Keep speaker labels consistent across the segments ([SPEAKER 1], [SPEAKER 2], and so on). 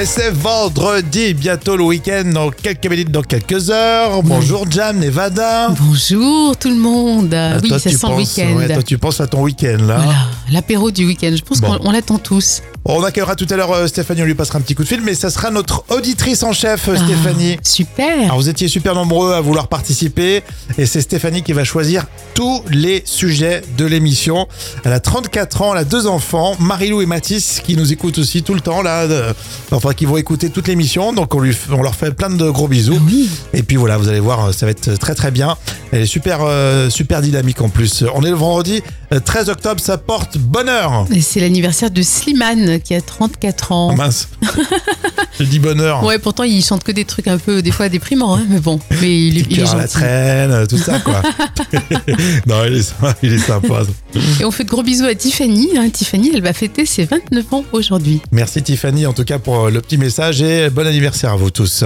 [SPEAKER 1] Et c'est vendredi, bientôt le week-end, dans quelques minutes, dans quelques heures. Bonjour Jam, Nevada.
[SPEAKER 2] Bonjour tout le monde.
[SPEAKER 1] Oh. Ah,
[SPEAKER 2] Ah oui,
[SPEAKER 1] toi,
[SPEAKER 2] ça
[SPEAKER 1] tu
[SPEAKER 2] sent le
[SPEAKER 1] penses-
[SPEAKER 2] week-end.
[SPEAKER 1] ouais, toi, tu penses à ton week-end, là.
[SPEAKER 2] Voilà, l'apéro du week-end. Je pense
[SPEAKER 1] Bon.
[SPEAKER 2] qu'on on l'attend tous.
[SPEAKER 1] On accueillera tout à l'heure euh, Stéphanie, on lui passera un petit coup de fil, mais ça sera notre auditrice en chef, euh,
[SPEAKER 2] Ah,
[SPEAKER 1] Stéphanie. Ah
[SPEAKER 2] super.
[SPEAKER 1] Alors, vous étiez super nombreux à vouloir participer et c'est Stéphanie qui va choisir tous les sujets de l'émission. Elle a 34 ans, elle a deux enfants, Marilou et Mathis, qui nous écoutent aussi tout le temps, là, de- enfin, qui vont écouter toute l'émission. Donc, on, lui, f- on leur fait plein de gros bisous.
[SPEAKER 2] Oui.
[SPEAKER 1] Et puis voilà, vous allez voir, euh, ça va être très très bien. Elle est super, euh, super dynamique en plus. On est le vendredi euh, 13 octobre, ça porte bonheur.
[SPEAKER 2] Et c'est l'anniversaire de Slimane qui a 34
[SPEAKER 1] Oh,
[SPEAKER 2] ans.
[SPEAKER 1] mince. Je dis bonheur.
[SPEAKER 2] Ouais, pourtant il chante que des trucs un peu, des fois déprimants, hein, mais bon. Mais il, est-
[SPEAKER 1] Petit
[SPEAKER 2] il est
[SPEAKER 1] cœur à la
[SPEAKER 2] gentil.
[SPEAKER 1] traîne, euh, tout ça quoi. non, il est, sympa, il est sympa.
[SPEAKER 2] Et on fait de gros bisous à Tiffany. hein. Tiffany, elle va fêter ses 29 ans aujourd'hui.
[SPEAKER 1] Merci Tiffany en tout cas pour euh, le petit message et bon anniversaire à vous tous.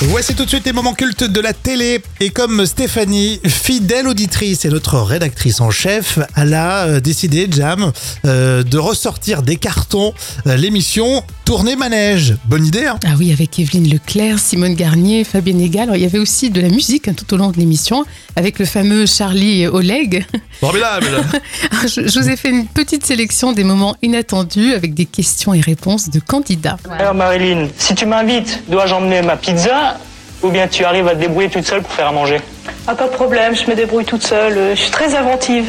[SPEAKER 1] Voici tout de suite les moments cultes de la télé. Et comme Stéphanie, fidèle auditrice et notre rédactrice en chef, elle a euh, décidé, Jam, euh, de ressortir des cartons euh, l'émission Tournée Manège. Bonne idée, hein
[SPEAKER 2] Ah oui, avec Evelyne Leclerc, Simone Garnier, Fabienne Egal. Alors, il y avait aussi de la musique hein, tout au long de l'émission, avec le fameux Charlie et Oleg.
[SPEAKER 1] Formidable
[SPEAKER 2] Je, je vous ai fait une petite sélection des moments inattendus avec des questions et réponses de candidats.
[SPEAKER 3] Alors Marilyn, si tu m'invites, dois-je emmener ma pizza ou bien tu arrives à te débrouiller toute seule pour faire à manger
[SPEAKER 4] Ah, pas de problème, je me débrouille toute seule. euh, Je suis très inventive,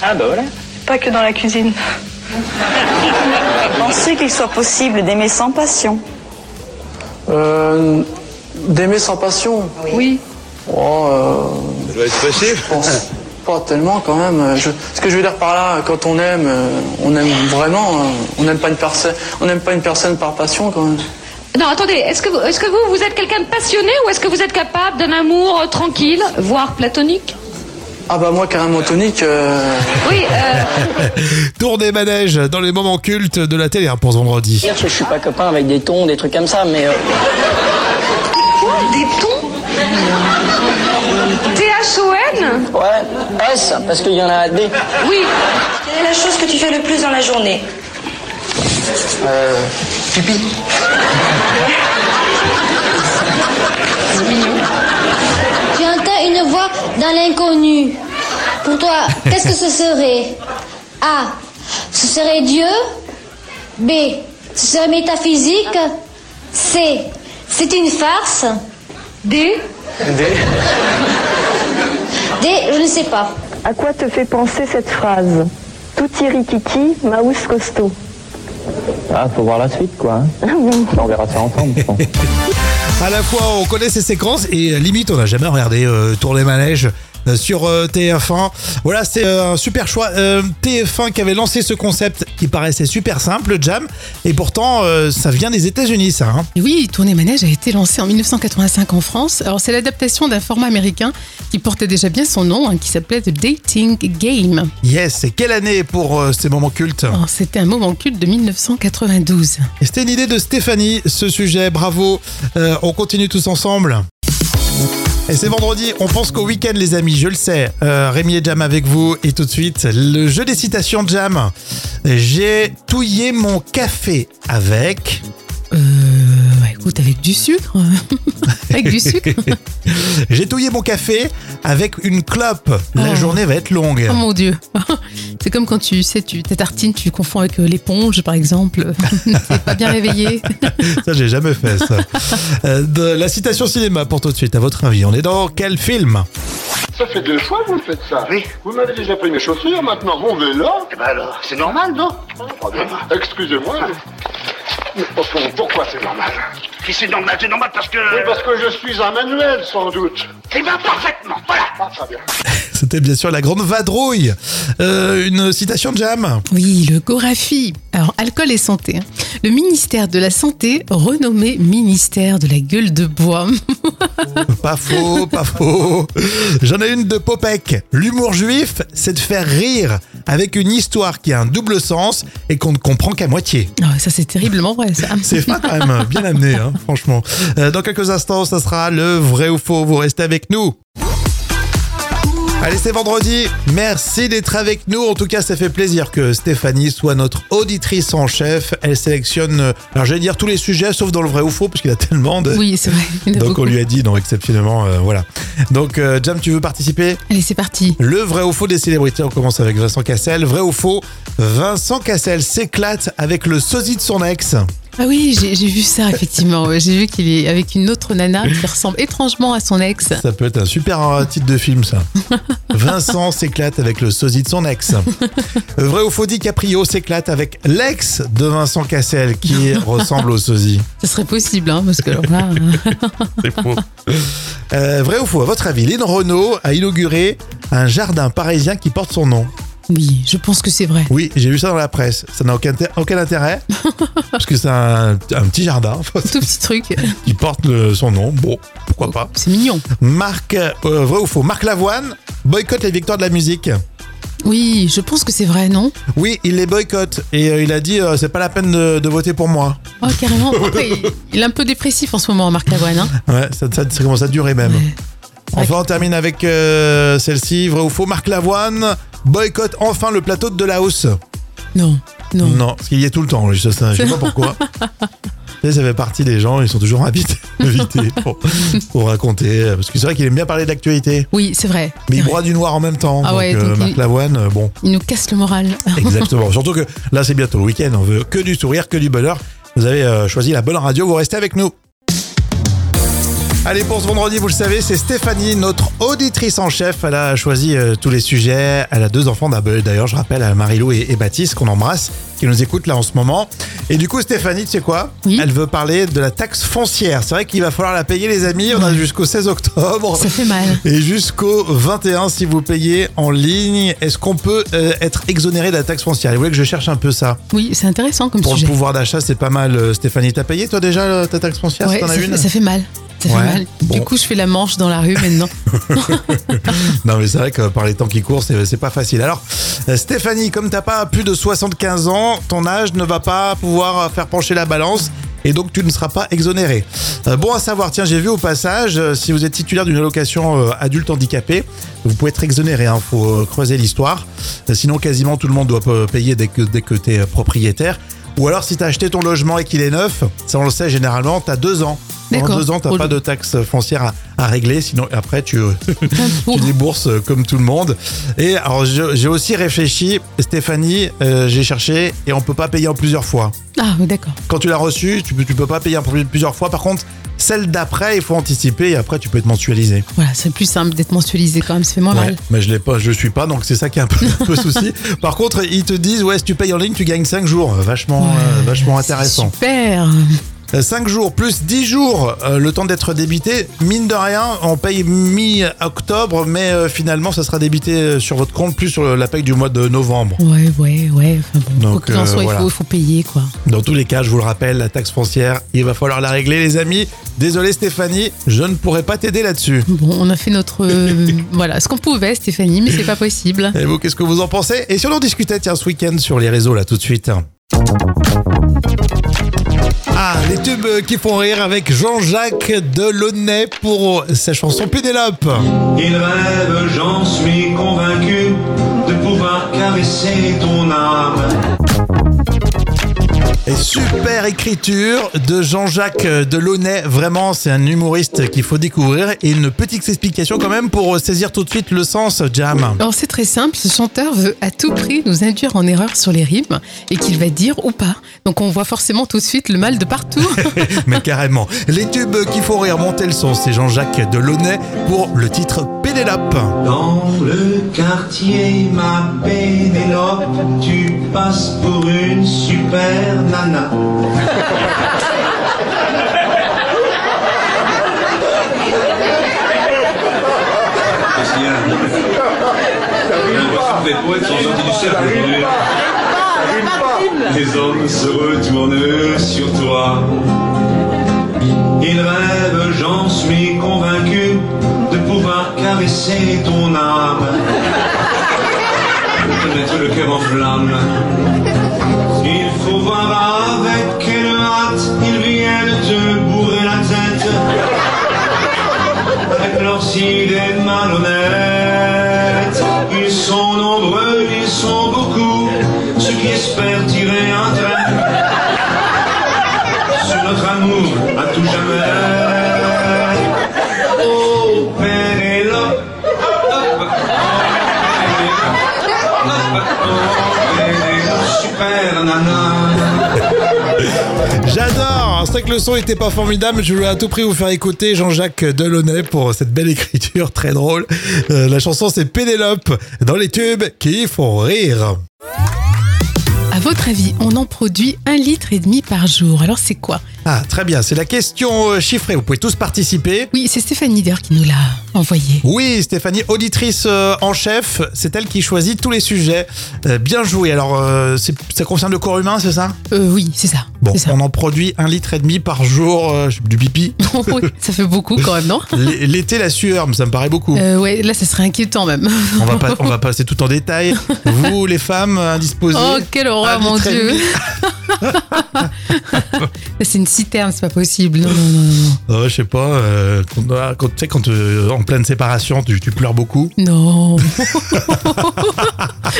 [SPEAKER 3] Ah bah voilà.
[SPEAKER 4] pas que dans la cuisine.
[SPEAKER 5] Pensez qu'il soit possible d'aimer sans passion.
[SPEAKER 6] Euh, D'aimer sans passion
[SPEAKER 4] Oui.
[SPEAKER 6] Oh, euh,
[SPEAKER 7] Ça doit être possible.
[SPEAKER 6] je pense pas tellement quand même. Je- ce que je veux dire par là, quand on aime, euh, on aime vraiment. euh, on n'aime pas une personne, on n'aime pas une personne par passion quand même.
[SPEAKER 8] Non, attendez, est-ce que, vous- est-ce que vous, vous êtes quelqu'un de passionné ou est-ce que vous êtes capable d'un amour euh, tranquille, voire platonique
[SPEAKER 6] Ah bah moi carrément tonique. euh,
[SPEAKER 8] Oui, euh,
[SPEAKER 1] Tournée Manège dans les moments cultes de la télé hein, pour ce vendredi.
[SPEAKER 9] dire que je suis pas copain avec des tons, des trucs comme ça, mais euh,
[SPEAKER 8] des tons T-H-O-N
[SPEAKER 9] ouais, S, parce qu'il y en a des.
[SPEAKER 8] Oui,
[SPEAKER 5] Quelle est la chose que tu fais le plus dans la journée
[SPEAKER 6] euh, pipi.
[SPEAKER 10] Tu entends une voix dans l'inconnu. Pour toi, qu'est-ce que ce serait A. Ce serait Dieu. B. Ce serait métaphysique. C. C'est une farce. D. D. je ne sais pas.
[SPEAKER 4] À quoi te fait penser cette phrase Tout irikiki, maous costaud.
[SPEAKER 6] Ah faut voir la suite quoi. hein. On verra ça ensemble.
[SPEAKER 1] À la fois, on connaît ces séquences et euh, limite, on n'a jamais regardé euh, Tournée Manège euh, sur euh, TF1. Voilà, c'est euh, un super choix. Euh, TF1 qui avait lancé ce concept qui paraissait super simple, le jam, et pourtant, euh, ça vient des États-Unis, ça. hein.
[SPEAKER 2] Et oui, Tournée Manège a été lancé en 1985 en France. Alors, c'est l'adaptation d'un format américain qui portait déjà bien son nom, hein, qui s'appelait The Dating Game.
[SPEAKER 1] Yes, et quelle année pour euh, ces moments cultes
[SPEAKER 2] Alors, C'était un moment culte de 1992.
[SPEAKER 1] Et C'était une idée de Stéphanie, ce sujet, bravo. Euh, on continue tous ensemble. Et c'est vendredi, on pense qu'au week-end les amis, je le sais. Euh, Rémi et Jam avec vous et tout de suite, le jeu des citations de Jam. J'ai touillé mon café avec...
[SPEAKER 2] Euh, bah, écoute, avec du sucre. avec du sucre.
[SPEAKER 1] J'ai touillé mon café avec une clope. La
[SPEAKER 2] Oh.
[SPEAKER 1] journée va être longue.
[SPEAKER 2] Oh mon Dieu. c'est comme quand tu sais, tu, ta tartine, tu confonds avec euh, l'éponge, par exemple. T'es pas bien réveillé.
[SPEAKER 1] Ça, j'ai jamais fait ça. Euh, de la citation cinéma pour tout de suite, à votre avis. On est dans quel film
[SPEAKER 7] Ça fait deux fois que vous faites ça. Oui. Vous m'avez déjà pris mes chaussures, maintenant mon vélo. Eh ben alors, c'est normal, non Excusez-moi. Mais au fond, pourquoi c'est normal
[SPEAKER 11] Si c'est normal, c'est normal parce que.
[SPEAKER 7] Oui, parce que je suis un manuel, sans doute.
[SPEAKER 11] Eh ben parfaitement, voilà.
[SPEAKER 7] Ah, très bien.
[SPEAKER 1] C'était bien sûr La Grande Vadrouille. Euh, une citation de Jam.
[SPEAKER 2] Oui, le Gorafi. Alors, alcool et santé. hein. Le ministère de la Santé, renommé ministère de la gueule de bois.
[SPEAKER 1] Pas faux, pas faux. J'en ai une de Popek. L'humour juif, c'est de faire rire avec une histoire qui a un double sens et qu'on ne comprend qu'à moitié.
[SPEAKER 2] Ah, ça, c'est terriblement vrai, ça.
[SPEAKER 1] C'est pas quand même bien amené, hein, franchement. Euh, dans quelques instants, ça sera le vrai ou faux. Vous restez avec nous. Allez, c'est vendredi. Merci d'être avec nous. En tout cas, ça fait plaisir que Stéphanie soit notre auditrice en chef. Elle sélectionne, euh, alors j'allais dire tous les sujets, sauf dans le vrai ou faux, parce qu'il y a tellement de.
[SPEAKER 2] Oui, c'est vrai. il y en a
[SPEAKER 1] Donc on
[SPEAKER 2] beaucoup.
[SPEAKER 1] lui a dit, non, exceptionnellement, euh, voilà. Donc euh, Jam, tu veux participer
[SPEAKER 2] Allez, c'est parti.
[SPEAKER 1] Le vrai ou faux des célébrités, on commence avec Vincent Cassel. Vrai ou faux, Vincent Cassel s'éclate avec le sosie de son ex.
[SPEAKER 2] Ah oui, j'ai j'ai vu ça, effectivement. Ouais, J'ai vu qu'il est avec une autre nana qui ressemble étrangement à son ex.
[SPEAKER 1] Ça peut être un super euh, titre de film, ça. Vincent s'éclate avec le sosie de son ex. Euh, Vrai ou faux, DiCaprio s'éclate avec l'ex de Vincent Cassel qui ressemble au sosie.
[SPEAKER 2] Ça serait possible, hein, parce que alors là, euh,
[SPEAKER 1] C'est faux. Euh, vrai ou faux, à votre avis, Lynn Renault a inauguré un jardin parisien qui porte son nom.
[SPEAKER 2] oui, je pense que c'est vrai.
[SPEAKER 1] Oui, j'ai vu ça dans la presse. Ça n'a aucun, inté- aucun intérêt, parce que c'est un, un petit jardin
[SPEAKER 2] Tout petit truc.
[SPEAKER 1] qui porte le- son nom. Bon, pourquoi pas.
[SPEAKER 2] C'est mignon.
[SPEAKER 1] Marc, euh, vrai ou faux, Marc Lavoine boycotte les victoires de la musique.
[SPEAKER 2] Oui, je pense que c'est vrai, non
[SPEAKER 1] Oui, il les boycotte et euh, il a dit euh, c'est pas la peine de, de voter pour moi.
[SPEAKER 2] Oh, carrément. Après, il- il est un peu dépressif en ce moment, Marc Lavoine. hein.
[SPEAKER 1] Ouais, ça, ça- ça commence à durer même. Enfin, on termine avec euh, celle-ci, vrai ou faux, Marc Lavoine boycotte enfin le plateau de Delahausse.
[SPEAKER 2] Non, non.
[SPEAKER 1] parce qu'il y est tout le temps, lui, ça, ça, je sais pas pourquoi. Et ça fait partie des gens, ils sont toujours invités, invités pour, pour raconter. euh, Parce que c'est vrai qu'il aime bien parler d'actualité,
[SPEAKER 2] Oui, c'est vrai.
[SPEAKER 1] mais il broie du noir en même temps.
[SPEAKER 2] Ah
[SPEAKER 1] donc,
[SPEAKER 2] ouais, donc
[SPEAKER 1] Marc
[SPEAKER 2] il-
[SPEAKER 1] Lavoine, euh, bon.
[SPEAKER 2] Il nous casse le moral.
[SPEAKER 1] Exactement. Surtout que là, c'est bientôt le week-end. On veut que du sourire, que du bonheur. Vous avez euh, choisi la bonne radio. Vous restez avec nous. Allez, pour ce vendredi, vous le savez, c'est Stéphanie, notre auditrice en chef. Elle a choisi euh, tous les sujets. Elle a deux enfants. d'ab- D'ailleurs, je rappelle à Marilou et, et Baptiste qu'on embrasse, qui nous écoutent là en ce moment. Et du coup, Stéphanie, tu sais quoi Elle veut parler de la taxe foncière. C'est vrai qu'il va falloir la payer, les amis. On a jusqu'au 16 octobre.
[SPEAKER 2] Ça fait mal.
[SPEAKER 1] Et jusqu'au 21, si vous payez en ligne, est-ce qu'on peut euh, être exonéré de la taxe foncière Vous voulez que je cherche un peu ça
[SPEAKER 2] Oui, c'est intéressant comme
[SPEAKER 1] Pour
[SPEAKER 2] sujet.
[SPEAKER 1] le pouvoir d'achat, c'est pas mal. euh, Stéphanie, t'as payé toi déjà euh, ta taxe foncière si
[SPEAKER 2] Ouais,
[SPEAKER 1] t'en
[SPEAKER 2] ça,
[SPEAKER 1] as une
[SPEAKER 2] fait- ça fait mal. Ça
[SPEAKER 1] Ouais,
[SPEAKER 2] fait mal. Du coup, je fais la manche dans la rue maintenant.
[SPEAKER 1] Non, mais c'est vrai que par les temps qui courent, c'est c'est pas facile. Alors, euh, Stéphanie, comme t'as pas plus de 75 ans, ton âge ne va pas pouvoir faire pencher la balance. Et donc, tu ne seras pas exonéré. Euh, bon à savoir, tiens, j'ai vu au passage, euh, si vous êtes titulaire d'une allocation euh, adulte handicapé, vous pouvez être exonéré. Il faut euh, creuser l'histoire. Euh, Sinon, quasiment tout le monde doit euh, payer dès que, dès que tu es propriétaire. Ou alors, si tu as acheté ton logement et qu'il est neuf, ça on le sait généralement, tu as deux ans. Pendant
[SPEAKER 2] D'accord.
[SPEAKER 1] deux ans, tu
[SPEAKER 2] Oh,
[SPEAKER 1] pas de taxe foncière à, à régler, sinon après tu, euh, tu débourses euh, comme tout le monde. Et alors je- j'ai aussi réfléchi, Stéphanie, euh, j'ai cherché et on peut pas payer en plusieurs fois.
[SPEAKER 2] Ah, oui, d'accord.
[SPEAKER 1] Quand tu l'as reçue, tu, peux- tu peux pas payer en plusieurs fois. Par contre, celle d'après, il faut anticiper et après tu peux te mensualiser.
[SPEAKER 2] Voilà, c'est plus simple d'être mensualisé quand même. Ça fait moins
[SPEAKER 1] Ouais,
[SPEAKER 2] mal.
[SPEAKER 1] mais je l'ai pas, je le suis pas, donc c'est ça qui est un peu, un peu souci. Par contre, ils te disent ouais, si tu payes en ligne, tu gagnes 5 jours. Vachement, euh, vachement intéressant.
[SPEAKER 2] Super.
[SPEAKER 1] 5 Euh, jours plus 10 jours, euh, le temps d'être débité. Mine de rien, on paye mi-octobre, mais euh, finalement, ça sera débité euh, sur votre compte plus sur le- la paye du mois de novembre.
[SPEAKER 2] Ouais, ouais, ouais. Enfin bon,
[SPEAKER 1] Donc,
[SPEAKER 2] quoi qu'il en
[SPEAKER 1] euh,
[SPEAKER 2] soit,
[SPEAKER 1] voilà.
[SPEAKER 2] il, faut, il faut payer, quoi.
[SPEAKER 1] Dans tous les cas, je vous le rappelle, la taxe foncière, il va falloir la régler, les amis. Désolé, Stéphanie, je ne pourrai pas t'aider là-dessus.
[SPEAKER 2] Bon, on a fait notre. euh, voilà, ce qu'on pouvait, Stéphanie, mais c'est pas possible.
[SPEAKER 1] Et vous, qu'est-ce que vous en pensez Et si on en discutait, tiens, ce week-end sur les réseaux, là, tout de suite. Ah, les tubes euh, qui font rire avec Jean-Jacques Delaunay pour sa chanson Pénélope.
[SPEAKER 12] Il rêve, j'en suis convaincu, de pouvoir caresser ton âme.
[SPEAKER 1] Et super écriture de Jean-Jacques Delaunay. Vraiment, c'est un humoriste qu'il faut découvrir. Et une petite explication quand même pour saisir tout de suite le sens, Jam.
[SPEAKER 2] Alors c'est très simple, ce chanteur veut à tout prix nous induire en erreur sur les rimes et qu'il va dire ou pas. Donc on voit forcément tout de suite le mal de partout.
[SPEAKER 1] Mais carrément. Les tubes qui font rire monter le son, c'est Jean-Jacques Delaunay pour le titre Pénélope.
[SPEAKER 12] Dans le quartier, ma Pénélope, tu passes pour une super nana. Qu'est-ce qu'il y a Vous n'avez pas être sans sortie du cercle aujourd'hui. Les hommes se retournent sur toi. Ils rêvent, j'en suis convaincu, de pouvoir caresser ton âme. De mettre le cœur en flamme. Il faut voir avec quelle hâte ils viennent te bourrer la tête. Avec leurs idées malhonnêtes. sont nombreux, ils sont beaucoup, ceux qui espèrent tirer un train sur notre amour à tout jamais. Oh, Pénélope, hop, hop, Pénélope, super nana.
[SPEAKER 1] J'adore C'est vrai que le son était pas formidable, mais je voulais à tout prix vous faire écouter Jean-Jacques Delaunay pour cette belle écriture très drôle. Euh, la chanson c'est Pénélope dans les tubes qui font rire.
[SPEAKER 2] À votre avis, on en produit un litre et demi par jour. Alors c'est quoi
[SPEAKER 1] Ah très bien, c'est la question euh, chiffrée, vous pouvez tous participer.
[SPEAKER 2] Oui, c'est Stéphanie Nieder qui nous l'a envoyé.
[SPEAKER 1] Oui, Stéphanie, auditrice euh, en chef, c'est elle qui choisit tous les sujets. Euh, bien joué. Alors, euh, c'est- ça concerne le corps humain, c'est ça
[SPEAKER 2] Euh, oui, c'est ça.
[SPEAKER 1] Bon,
[SPEAKER 2] c'est ça.
[SPEAKER 1] on en produit un litre et demi par jour euh, du pipi.
[SPEAKER 2] Oui, ça fait beaucoup quand même, non
[SPEAKER 1] L- L'été, la sueur, mais ça me paraît beaucoup.
[SPEAKER 2] Euh, Ouais, là, ça serait inquiétant même.
[SPEAKER 1] On va, pas, on va passer tout en détail. Vous, les femmes euh, indisposées.
[SPEAKER 2] Oh, quelle horreur,
[SPEAKER 1] un
[SPEAKER 2] mon
[SPEAKER 1] litre et
[SPEAKER 2] Dieu
[SPEAKER 1] demi.
[SPEAKER 2] C'est une citerne, c'est pas possible. Non, non, non, non.
[SPEAKER 1] Oh, je sais pas, euh, quand, ah, quand- tu sais, quand euh, en pleine séparation, tu, tu pleures beaucoup.
[SPEAKER 2] Non.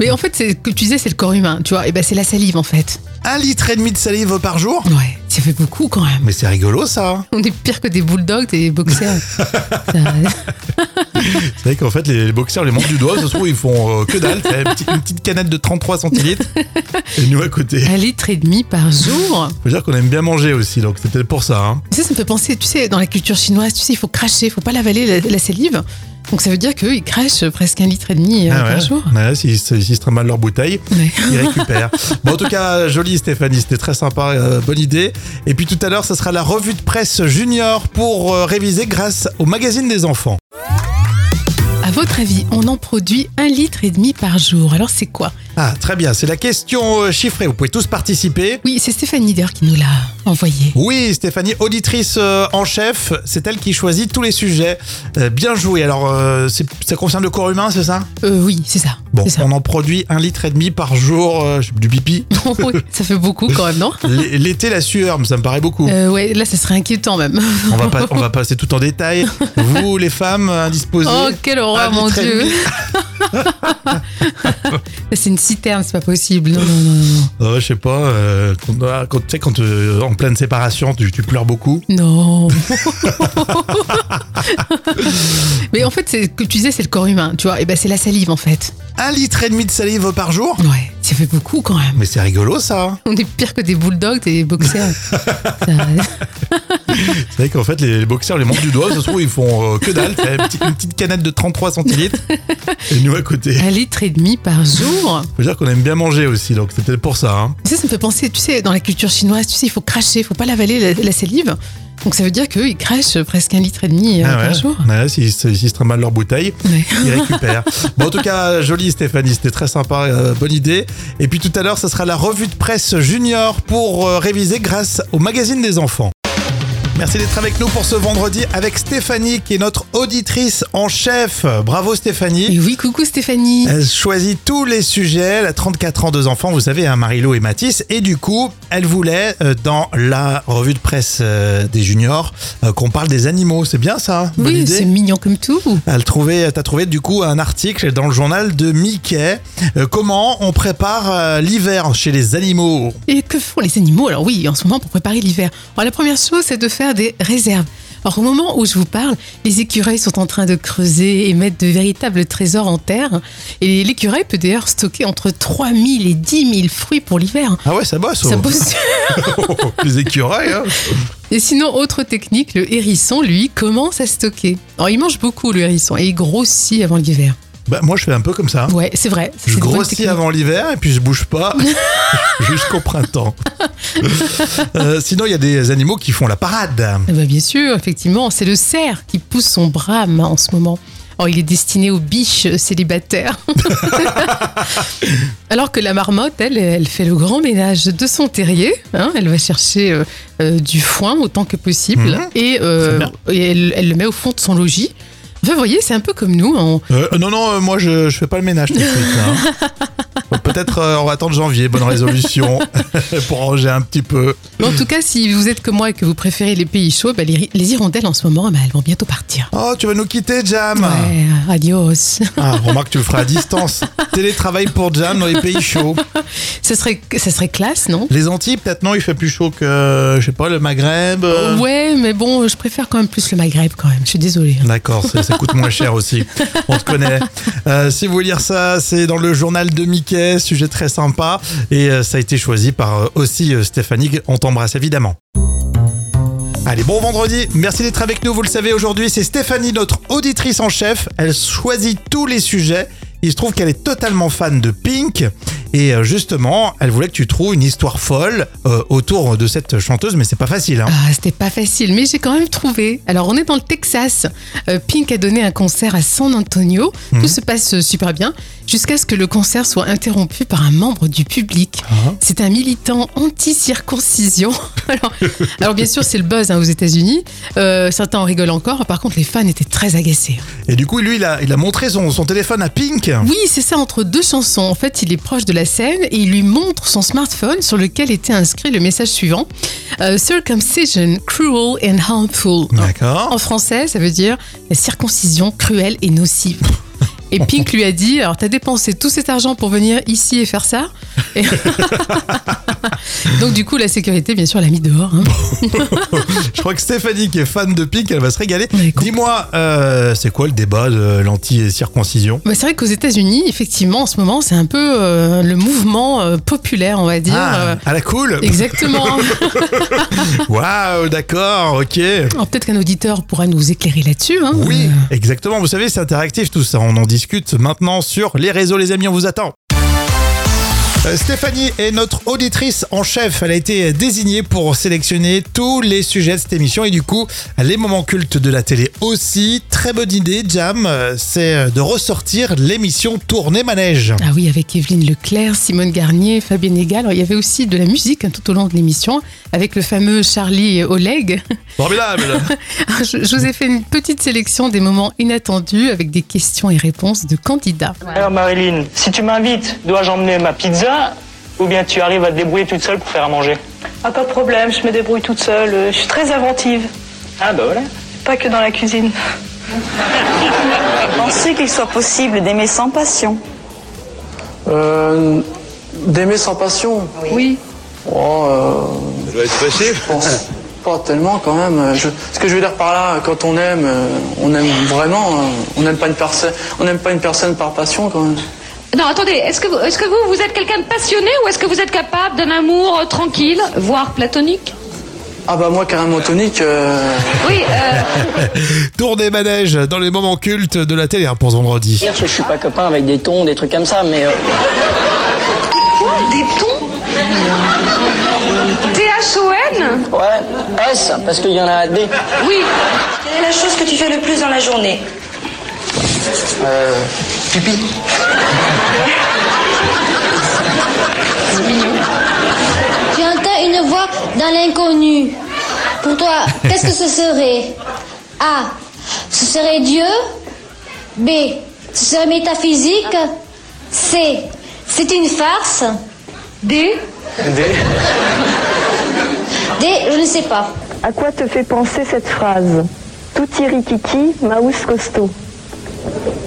[SPEAKER 2] Mais en fait, c'est que tu disais, c'est le corps humain, tu vois. Et ben, c'est la salive en fait.
[SPEAKER 1] Un litre et demi de salive par jour
[SPEAKER 2] Ouais, ça fait beaucoup quand même.
[SPEAKER 1] Mais c'est rigolo ça.
[SPEAKER 2] On est pire que des bulldogs, des boxeurs. Ça-
[SPEAKER 1] C'est vrai qu'en fait, les, les boxeurs les montrent du doigt, ça se trouve, ils font euh, que dalle. T'as Une petite, une petite canette de 33 centilitres. Et nous à côté.
[SPEAKER 2] un litre et demi par jour.
[SPEAKER 1] Faut dire qu'on aime bien manger aussi, donc c'est peut-être pour ça. hein.
[SPEAKER 2] Ça, ça me fait penser, tu sais, dans la culture chinoise, tu sais, il faut cracher, il faut pas l'avaler la, la salive. Donc ça veut dire qu'eux, ils crachent presque un litre et demi euh,
[SPEAKER 1] Ah
[SPEAKER 2] par
[SPEAKER 1] ouais.
[SPEAKER 2] jour.
[SPEAKER 1] Ouais, S'ils se- s'ils se trimballent leur bouteille,
[SPEAKER 2] Ouais.
[SPEAKER 1] ils récupèrent. bon, en tout cas, joli Stéphanie, c'était très sympa, euh, bonne idée. Et puis tout à l'heure, ça sera la revue de presse junior pour euh, réviser grâce au magazine des enfants.
[SPEAKER 2] À votre avis, on en produit un litre et demi par jour. Alors c'est quoi
[SPEAKER 1] Ah, très bien, c'est la question euh, chiffrée, vous pouvez tous participer.
[SPEAKER 2] Oui, c'est Stéphanie Nieder qui nous l'a envoyé.
[SPEAKER 1] Oui, Stéphanie, auditrice euh, en chef, c'est elle qui choisit tous les sujets. Euh, bien joué. Alors, euh, c'est- ça concerne le corps humain, c'est ça
[SPEAKER 2] Euh, oui, c'est ça.
[SPEAKER 1] Bon,
[SPEAKER 2] c'est ça.
[SPEAKER 1] on en produit un litre et demi par jour euh, du pipi.
[SPEAKER 2] Oui, ça fait beaucoup quand même, non
[SPEAKER 1] L- L'été, la sueur, mais ça me paraît beaucoup.
[SPEAKER 2] Euh, Ouais, là, ça serait inquiétant même.
[SPEAKER 1] On va, pas, on va passer tout en détail. Vous, les femmes euh, indisposées.
[SPEAKER 2] Oh, quelle horreur,
[SPEAKER 1] un
[SPEAKER 2] mon
[SPEAKER 1] litre et
[SPEAKER 2] Dieu
[SPEAKER 1] demi.
[SPEAKER 2] C'est une citerne, c'est pas possible. Non, non, non, non.
[SPEAKER 1] Oh, je sais pas, euh, quand, ah, quand- tu sais, quand euh, en pleine séparation, tu, tu pleures beaucoup.
[SPEAKER 2] Non. Mais en fait, c'est que tu disais, c'est le corps humain, tu vois. Et ben, c'est la salive en fait.
[SPEAKER 1] Un litre et demi de salive par jour
[SPEAKER 2] Ouais, ça fait beaucoup quand même.
[SPEAKER 1] Mais c'est rigolo ça. hein.
[SPEAKER 2] On est pire que des bulldogs, des boxeurs. Ça-
[SPEAKER 1] C'est vrai qu'en fait, les, les boxeurs les montrent du doigt, ça se trouve, ils font euh, que dalle. T'as Une petite, une petite canette de 33 centilitres. Et nous à côté.
[SPEAKER 2] un litre et demi par jour.
[SPEAKER 1] Faut dire qu'on aime bien manger aussi, donc c'est peut-être pour ça. hein.
[SPEAKER 2] Ça, ça me fait penser, tu sais, dans la culture chinoise, tu sais, il faut cracher, il faut pas l'avaler la, la salive. Donc ça veut dire qu'eux, ils crachent presque un litre et demi euh,
[SPEAKER 1] Ah
[SPEAKER 2] par
[SPEAKER 1] ouais.
[SPEAKER 2] jour.
[SPEAKER 1] Ouais, S'ils se- s'ils se trimballent leur bouteille,
[SPEAKER 2] Ouais.
[SPEAKER 1] ils récupèrent. bon, en tout cas, joli Stéphanie, c'était très sympa, euh, bonne idée. Et puis tout à l'heure, ça sera la revue de presse junior pour euh, réviser grâce au magazine des enfants. Merci d'être avec nous pour ce vendredi avec Stéphanie qui est notre auditrice en chef. Bravo Stéphanie.
[SPEAKER 2] Et oui, coucou Stéphanie.
[SPEAKER 1] Elle choisit tous les sujets. Elle a 34 ans, deux enfants, vous savez, hein, Marilo et Matisse. Et du coup, elle voulait, euh, dans la revue de presse euh, des juniors, euh, qu'on parle des animaux. C'est bien ça Eh, Bonne
[SPEAKER 2] oui,
[SPEAKER 1] idée
[SPEAKER 2] c'est mignon comme tout.
[SPEAKER 1] elle trouvait, t'as trouvé du coup un article dans le journal de Mickey. Euh, comment on prépare euh, l'hiver chez les animaux
[SPEAKER 2] Et que font les animaux Alors oui, en ce moment, pour préparer l'hiver. Alors la première chose, c'est de faire des réserves. Alors au moment où je vous parle, les écureuils sont en train de creuser et mettre de véritables trésors en terre. Et l'écureuil peut d'ailleurs stocker entre 3000 et 10 000 fruits pour l'hiver.
[SPEAKER 1] Ah ouais, ça bosse. oh.
[SPEAKER 2] Ça bosse
[SPEAKER 1] les écureuils. hein.
[SPEAKER 2] Et sinon, autre technique, le hérisson, lui, commence à stocker. Alors, il mange beaucoup, le hérisson, et il grossit avant l'hiver.
[SPEAKER 1] Bah, moi, je fais un peu comme ça.
[SPEAKER 2] Ouais, c'est vrai. c'est
[SPEAKER 1] Je
[SPEAKER 2] une bonne
[SPEAKER 1] grossis
[SPEAKER 2] technique.
[SPEAKER 1] avant l'hiver et puis je bouge pas jusqu'au printemps. Euh, sinon, il y a des animaux qui font la parade.
[SPEAKER 2] Ah bah, bien sûr, effectivement, c'est le cerf qui pousse son brame en ce moment. Or, il est destiné aux biches célibataires. Alors que la marmotte, elle, elle fait le grand ménage de son terrier. hein, elle va chercher euh, euh, du foin autant que possible
[SPEAKER 1] Mhm.
[SPEAKER 2] et, euh, et elle, elle le met au fond de son logis. Enfin, vous voyez, c'est un peu comme nous. on-
[SPEAKER 1] Euh, non, non, euh, moi, je, je fais pas le ménage tout de suite. hein. Donc peut-être euh, on va attendre janvier, bonne résolution, pour ranger un petit peu.
[SPEAKER 2] Mais en tout cas, si vous êtes comme moi et que vous préférez les pays chauds, bah, les, les hirondelles en ce moment, bah, elles vont bientôt partir.
[SPEAKER 1] Oh, tu vas nous quitter, Jam
[SPEAKER 2] Ouais, adios.
[SPEAKER 1] Ah, remarque, tu le feras à distance. Télétravail pour Jam dans les pays chauds.
[SPEAKER 2] Ce serait, ça serait classe, non
[SPEAKER 1] Les Antilles, peut-être non, il fait plus chaud que, je sais pas, le Maghreb. euh,
[SPEAKER 2] Ouais, mais bon, je préfère quand même plus le Maghreb quand même. Je suis désolée. hein.
[SPEAKER 1] D'accord, ça, ça coûte moins cher aussi. On te connaît. Euh, si vous voulez lire ça, c'est dans le journal de Mickey, sujet très sympa. Et euh, ça a été choisi par euh, aussi euh, Stéphanie. On t'embrasse évidemment. Allez, bon vendredi. Merci d'être avec nous. Vous le savez, aujourd'hui, c'est Stéphanie, notre auditrice en chef. Elle choisit tous les sujets. Il se trouve qu'elle est totalement fan de Pink. Et euh, justement, elle voulait que tu trouves une histoire folle euh, autour de cette chanteuse, mais c'est pas facile. hein.
[SPEAKER 2] Ah, c'était pas facile, mais j'ai quand même trouvé. Alors, on est dans le Texas. Euh, Pink a donné un concert à San Antonio. Tout se passe euh, super bien, jusqu'à ce que le concert soit interrompu par un membre du public. C'est un militant anti-circoncision. Alors, alors, bien sûr, c'est le buzz hein, aux États-Unis. Euh, certains en rigolent encore. Par contre, les fans étaient très agacés.
[SPEAKER 1] Et du coup, lui, il a, il a montré son, son téléphone à Pink.
[SPEAKER 2] Oui, c'est ça, entre deux chansons. En fait, il est proche de la scène et il lui montre son smartphone sur lequel était inscrit le message suivant Euh, Circumcision, cruel and harmful.
[SPEAKER 1] D'accord.
[SPEAKER 2] En français, ça veut dire la circoncision cruelle et nocive. Et Pink lui a dit Alors, t'as dépensé tout cet argent pour venir ici et faire ça Et- Donc, du coup, la sécurité, bien sûr, l'a mis dehors. hein.
[SPEAKER 1] Je crois que Stéphanie, qui est fan de Pink, elle va se régaler. Dis-moi, euh, c'est quoi le débat de l'anti-circoncision
[SPEAKER 2] Bah, c'est vrai qu'aux États-Unis, effectivement, en ce moment, c'est un peu euh, le mouvement euh, populaire, on va dire.
[SPEAKER 1] Ah,
[SPEAKER 2] Euh,
[SPEAKER 1] à la cool
[SPEAKER 2] Exactement.
[SPEAKER 1] Waouh, d'accord, ok.
[SPEAKER 2] Alors, peut-être qu'un auditeur pourra nous éclairer là-dessus. hein.
[SPEAKER 1] Oui, exactement. Vous savez, c'est interactif tout ça. On en discute maintenant sur les réseaux, les amis. On vous attend. Euh, Stéphanie est notre auditrice en chef. Elle a été désignée pour sélectionner tous les sujets de cette émission et du coup, les moments cultes de la télé aussi. Très bonne idée, Jam, euh, c'est de ressortir l'émission Tournée Manège.
[SPEAKER 2] Ah oui, avec Evelyne Leclerc, Simone Garnier, Fabienne Egal. Alors, il y avait aussi de la musique hein, tout au long de l'émission, avec le fameux Charlie et Oleg.
[SPEAKER 1] Formidable
[SPEAKER 2] je, je vous ai fait une petite sélection des moments inattendus avec des questions et réponses de candidats.
[SPEAKER 3] Alors Marilyn, si tu m'invites, dois-je emmener ma pizza ou bien tu arrives à te débrouiller toute seule pour faire à manger
[SPEAKER 13] Ah, pas de problème, je me débrouille toute seule. euh, Je suis très inventive.
[SPEAKER 3] Ah bah voilà.
[SPEAKER 13] Pas que dans la cuisine.
[SPEAKER 5] Pensez qu'il soit possible d'aimer sans passion.
[SPEAKER 6] Euh, D'aimer sans passion
[SPEAKER 5] Oui.
[SPEAKER 6] Oh, Ça doit être possible Je pense pas tellement quand même. Euh, je- ce que je veux dire par là, quand on aime, euh, on aime vraiment. euh, On n'aime pas, une personne- on n'aime pas une personne par passion quand même.
[SPEAKER 8] Non, attendez, est-ce que, vous- est-ce que vous, vous êtes quelqu'un de passionné ou est-ce que vous êtes capable d'un amour euh, tranquille, voire platonique
[SPEAKER 6] Ah bah moi carrément tonique. euh,
[SPEAKER 8] Oui, euh,
[SPEAKER 1] Tournée Manège dans les moments cultes de la télé hein, pour ce vendredi.
[SPEAKER 9] Dire que je suis pas copain avec des tons, des trucs comme ça, mais euh,
[SPEAKER 8] des tons T-H-O-N
[SPEAKER 9] ouais, S, parce qu'il y en a des.
[SPEAKER 8] Oui.
[SPEAKER 5] Quelle est la chose que tu fais le plus dans la journée
[SPEAKER 6] euh, pipi.
[SPEAKER 10] Tu entends une voix dans l'inconnu. Pour toi, qu'est-ce que ce serait A. Ce serait Dieu. B. Ce serait métaphysique. C. C'est une farce. D. D. Je ne sais pas.
[SPEAKER 4] À quoi te fait penser cette phrase Tout irikiki, maous costaud.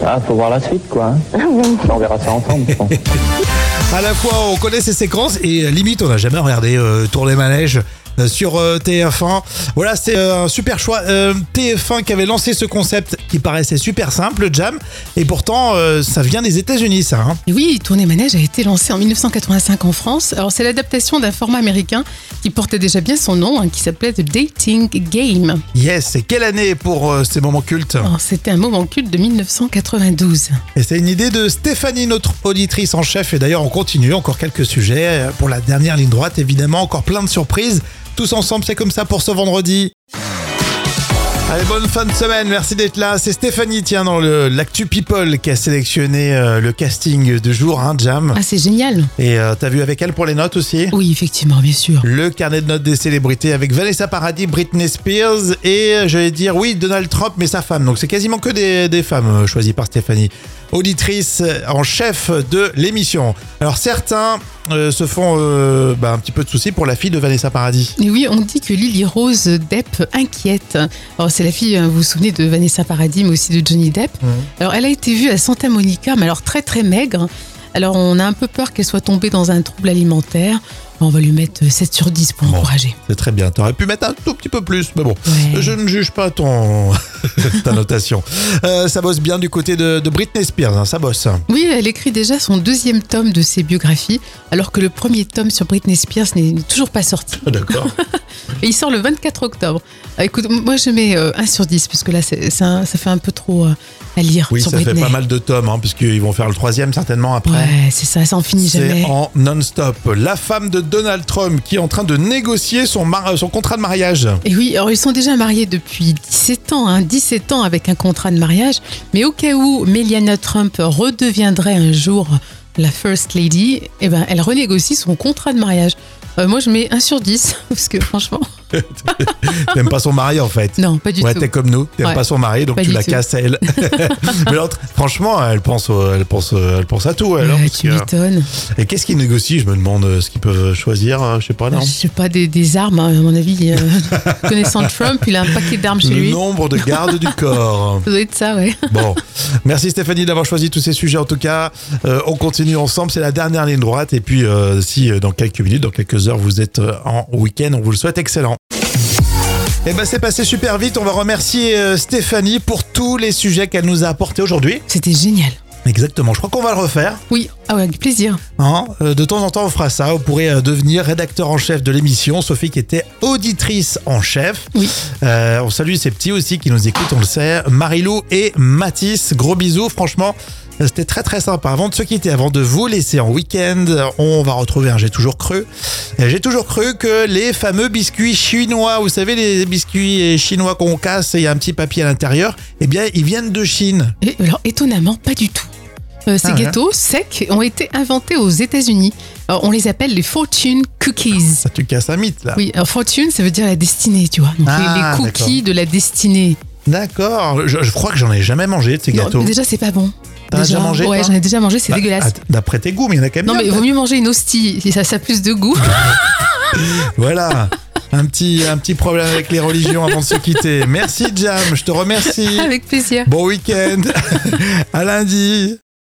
[SPEAKER 14] Ah, faut voir la suite, quoi. hein. On verra ça ensemble, je pense.
[SPEAKER 1] À la fois, on connaît ces séquences et euh, limite, on n'a jamais regardé euh, Tour des Manèges euh, sur euh, TF1. Voilà, c'est euh, un super choix. Euh, TF1 qui avait lancé ce concept qui paraissait super simple, Jam, et pourtant, euh, ça vient des États-Unis, ça. hein.
[SPEAKER 2] Et oui, Tournée Manège a été lancé en 1985 en France. Alors, c'est l'adaptation d'un format américain qui portait déjà bien son nom, hein, qui s'appelait The Dating Game.
[SPEAKER 1] Yes, et quelle année pour euh, ces moments cultes
[SPEAKER 2] Alors, C'était un moment culte de 1992.
[SPEAKER 1] Et c'est une idée de Stéphanie, notre auditrice en chef. Et d'ailleurs, on continue encore quelques sujets euh, pour la dernière ligne droite, évidemment. Encore plein de surprises. Tous ensemble, c'est comme ça pour ce vendredi. Allez, bonne fin de semaine, merci d'être là. C'est Stéphanie, tiens, dans le- l'actu People qui a sélectionné euh, le casting de jour, hein, Jam.
[SPEAKER 2] Ah, c'est génial.
[SPEAKER 1] Et euh, t'as vu avec elle pour les notes aussi
[SPEAKER 2] Oui, effectivement, bien sûr.
[SPEAKER 1] Le carnet de notes des célébrités avec Vanessa Paradis, Britney Spears et euh, j'allais dire oui Donald Trump mais sa femme. Donc c'est quasiment que des, des femmes euh, choisies par Stéphanie. Auditrice euh, en chef de l'émission. Alors certains euh, se font euh, bah, un petit peu de soucis pour la fille de Vanessa Paradis.
[SPEAKER 2] Et oui, on dit que Lily Rose Depp inquiète. Alors, c'est la fille, hein, vous vous souvenez de Vanessa Paradis, mais aussi de Johnny Depp. Alors, elle a été vue à Santa Monica, mais alors très très maigre. Alors, on a un peu peur qu'elle soit tombée dans un trouble alimentaire. On va lui mettre euh, 7 sur 10 pour encourager.
[SPEAKER 1] C'est très bien. T'aurais pu mettre un tout petit peu plus, mais bon, je ne juge pas ton ta notation. Euh, ça bosse bien du côté de, de Britney Spears, hein, ça bosse.
[SPEAKER 2] Oui, elle écrit déjà son deuxième tome de ses biographies, alors que le premier tome sur Britney Spears n'est toujours pas sorti.
[SPEAKER 1] D'accord.
[SPEAKER 2] Et il sort le 24 octobre. Ah, écoute, m- moi je mets euh, 1 sur 10, parce que là, c'est- c'est un- ça fait un peu trop euh, à lire
[SPEAKER 1] Oui,
[SPEAKER 2] sur
[SPEAKER 1] ça fait
[SPEAKER 2] Britney.
[SPEAKER 1] pas mal de tomes, hein, puisqu'ils vont faire le troisième certainement après.
[SPEAKER 2] Ouais, c'est ça, ça en finit
[SPEAKER 1] C'est
[SPEAKER 2] jamais.
[SPEAKER 1] en non-stop. La femme de Donald Trump qui est en train de négocier son, mar- son contrat de mariage.
[SPEAKER 2] Et oui, alors ils sont déjà mariés depuis 17 ans, hein, 17 ans avec un contrat de mariage. Mais au cas où Melania Trump redeviendrait un jour la First Lady, eh ben, elle renégocie son contrat de mariage. Euh, moi, je mets 1 sur 10, parce que franchement,
[SPEAKER 1] T'aimes pas son mari en fait.
[SPEAKER 2] Non, pas du
[SPEAKER 1] ouais,
[SPEAKER 2] tout.
[SPEAKER 1] T'es comme nous, t'aimes
[SPEAKER 2] Ouais.
[SPEAKER 1] pas son mari, donc
[SPEAKER 2] Pas
[SPEAKER 1] tu
[SPEAKER 2] du
[SPEAKER 1] la
[SPEAKER 2] tout.
[SPEAKER 1] casses à elle. Mais l'autre, franchement, elle pense, au- elle pense, euh, elle pense à tout. Elle, hein, parce
[SPEAKER 2] tu
[SPEAKER 1] que-
[SPEAKER 2] m'étonnes.
[SPEAKER 1] Et qu'est-ce qu'ils négocient Je me demande euh, ce qu'ils peuvent choisir. euh, Je sais pas, non.
[SPEAKER 2] Je sais pas, des, des armes, hein, à mon avis. euh, connaissant Trump, il a un paquet d'armes chez
[SPEAKER 1] Le
[SPEAKER 2] lui.
[SPEAKER 1] nombre de gardes du corps.
[SPEAKER 2] Ça doit être ça, ouais.
[SPEAKER 1] Bon, merci Stéphanie d'avoir choisi tous ces sujets en tout cas. euh, on continue ensemble, c'est la dernière ligne droite. Et puis euh, si euh, dans quelques minutes, dans quelques heures, vous êtes euh, en week-end, on vous le souhaite excellent. Et ben c'est passé super vite, on va remercier euh, Stéphanie pour tous les sujets qu'elle nous a apportés aujourd'hui.
[SPEAKER 2] C'était génial.
[SPEAKER 1] Exactement, je crois qu'on va le refaire.
[SPEAKER 2] Oui, ah ouais, avec plaisir.
[SPEAKER 1] Hein, euh, de temps en temps, on fera ça. Vous pourrez euh, devenir rédacteur en chef de l'émission. Sophie qui était auditrice en chef.
[SPEAKER 2] Oui.
[SPEAKER 1] Euh, on salue ces petits aussi qui nous écoutent, on le sait. Marilou et Mathis, gros bisous. Franchement, euh, c'était très très sympa. Avant de se quitter, avant de vous laisser en week-end, on va retrouver un J'ai toujours cru. Euh, J'ai toujours cru que les fameux biscuits chinois, vous savez, les biscuits euh, chinois qu'on casse et il y a un petit papier à l'intérieur, eh bien, ils viennent de Chine.
[SPEAKER 2] Et alors, étonnamment, pas du tout. Euh, ces
[SPEAKER 1] Ah ouais.
[SPEAKER 2] gâteaux secs ont été inventés aux États-Unis. Alors, On les appelle les fortune cookies.
[SPEAKER 1] Ça, tu casses un mythe là.
[SPEAKER 2] Oui, alors fortune, ça veut dire la destinée, tu vois. Donc, les-
[SPEAKER 1] Ah,
[SPEAKER 2] les, cookies de la destinée.
[SPEAKER 1] D'accord, je, je crois que j'en ai jamais mangé de ces
[SPEAKER 2] Non,
[SPEAKER 1] gâteaux.
[SPEAKER 2] mais déjà, c'est pas bon.
[SPEAKER 1] T'en as déjà mangé,
[SPEAKER 2] Ouais,
[SPEAKER 1] toi
[SPEAKER 2] j'en ai déjà mangé, c'est
[SPEAKER 1] Bah,
[SPEAKER 2] dégueulasse.
[SPEAKER 1] att- D'après tes goûts, mais il y en a quand même.
[SPEAKER 2] Non, mais
[SPEAKER 1] bien,
[SPEAKER 2] vaut mieux manger une hostie, si ça, ça a plus de goût.
[SPEAKER 1] Voilà. Un petit, un petit problème avec les religions avant de se
[SPEAKER 2] Ah
[SPEAKER 1] quitter. Merci Jam, je te remercie.
[SPEAKER 2] Avec plaisir.
[SPEAKER 1] Bon week-end. À lundi.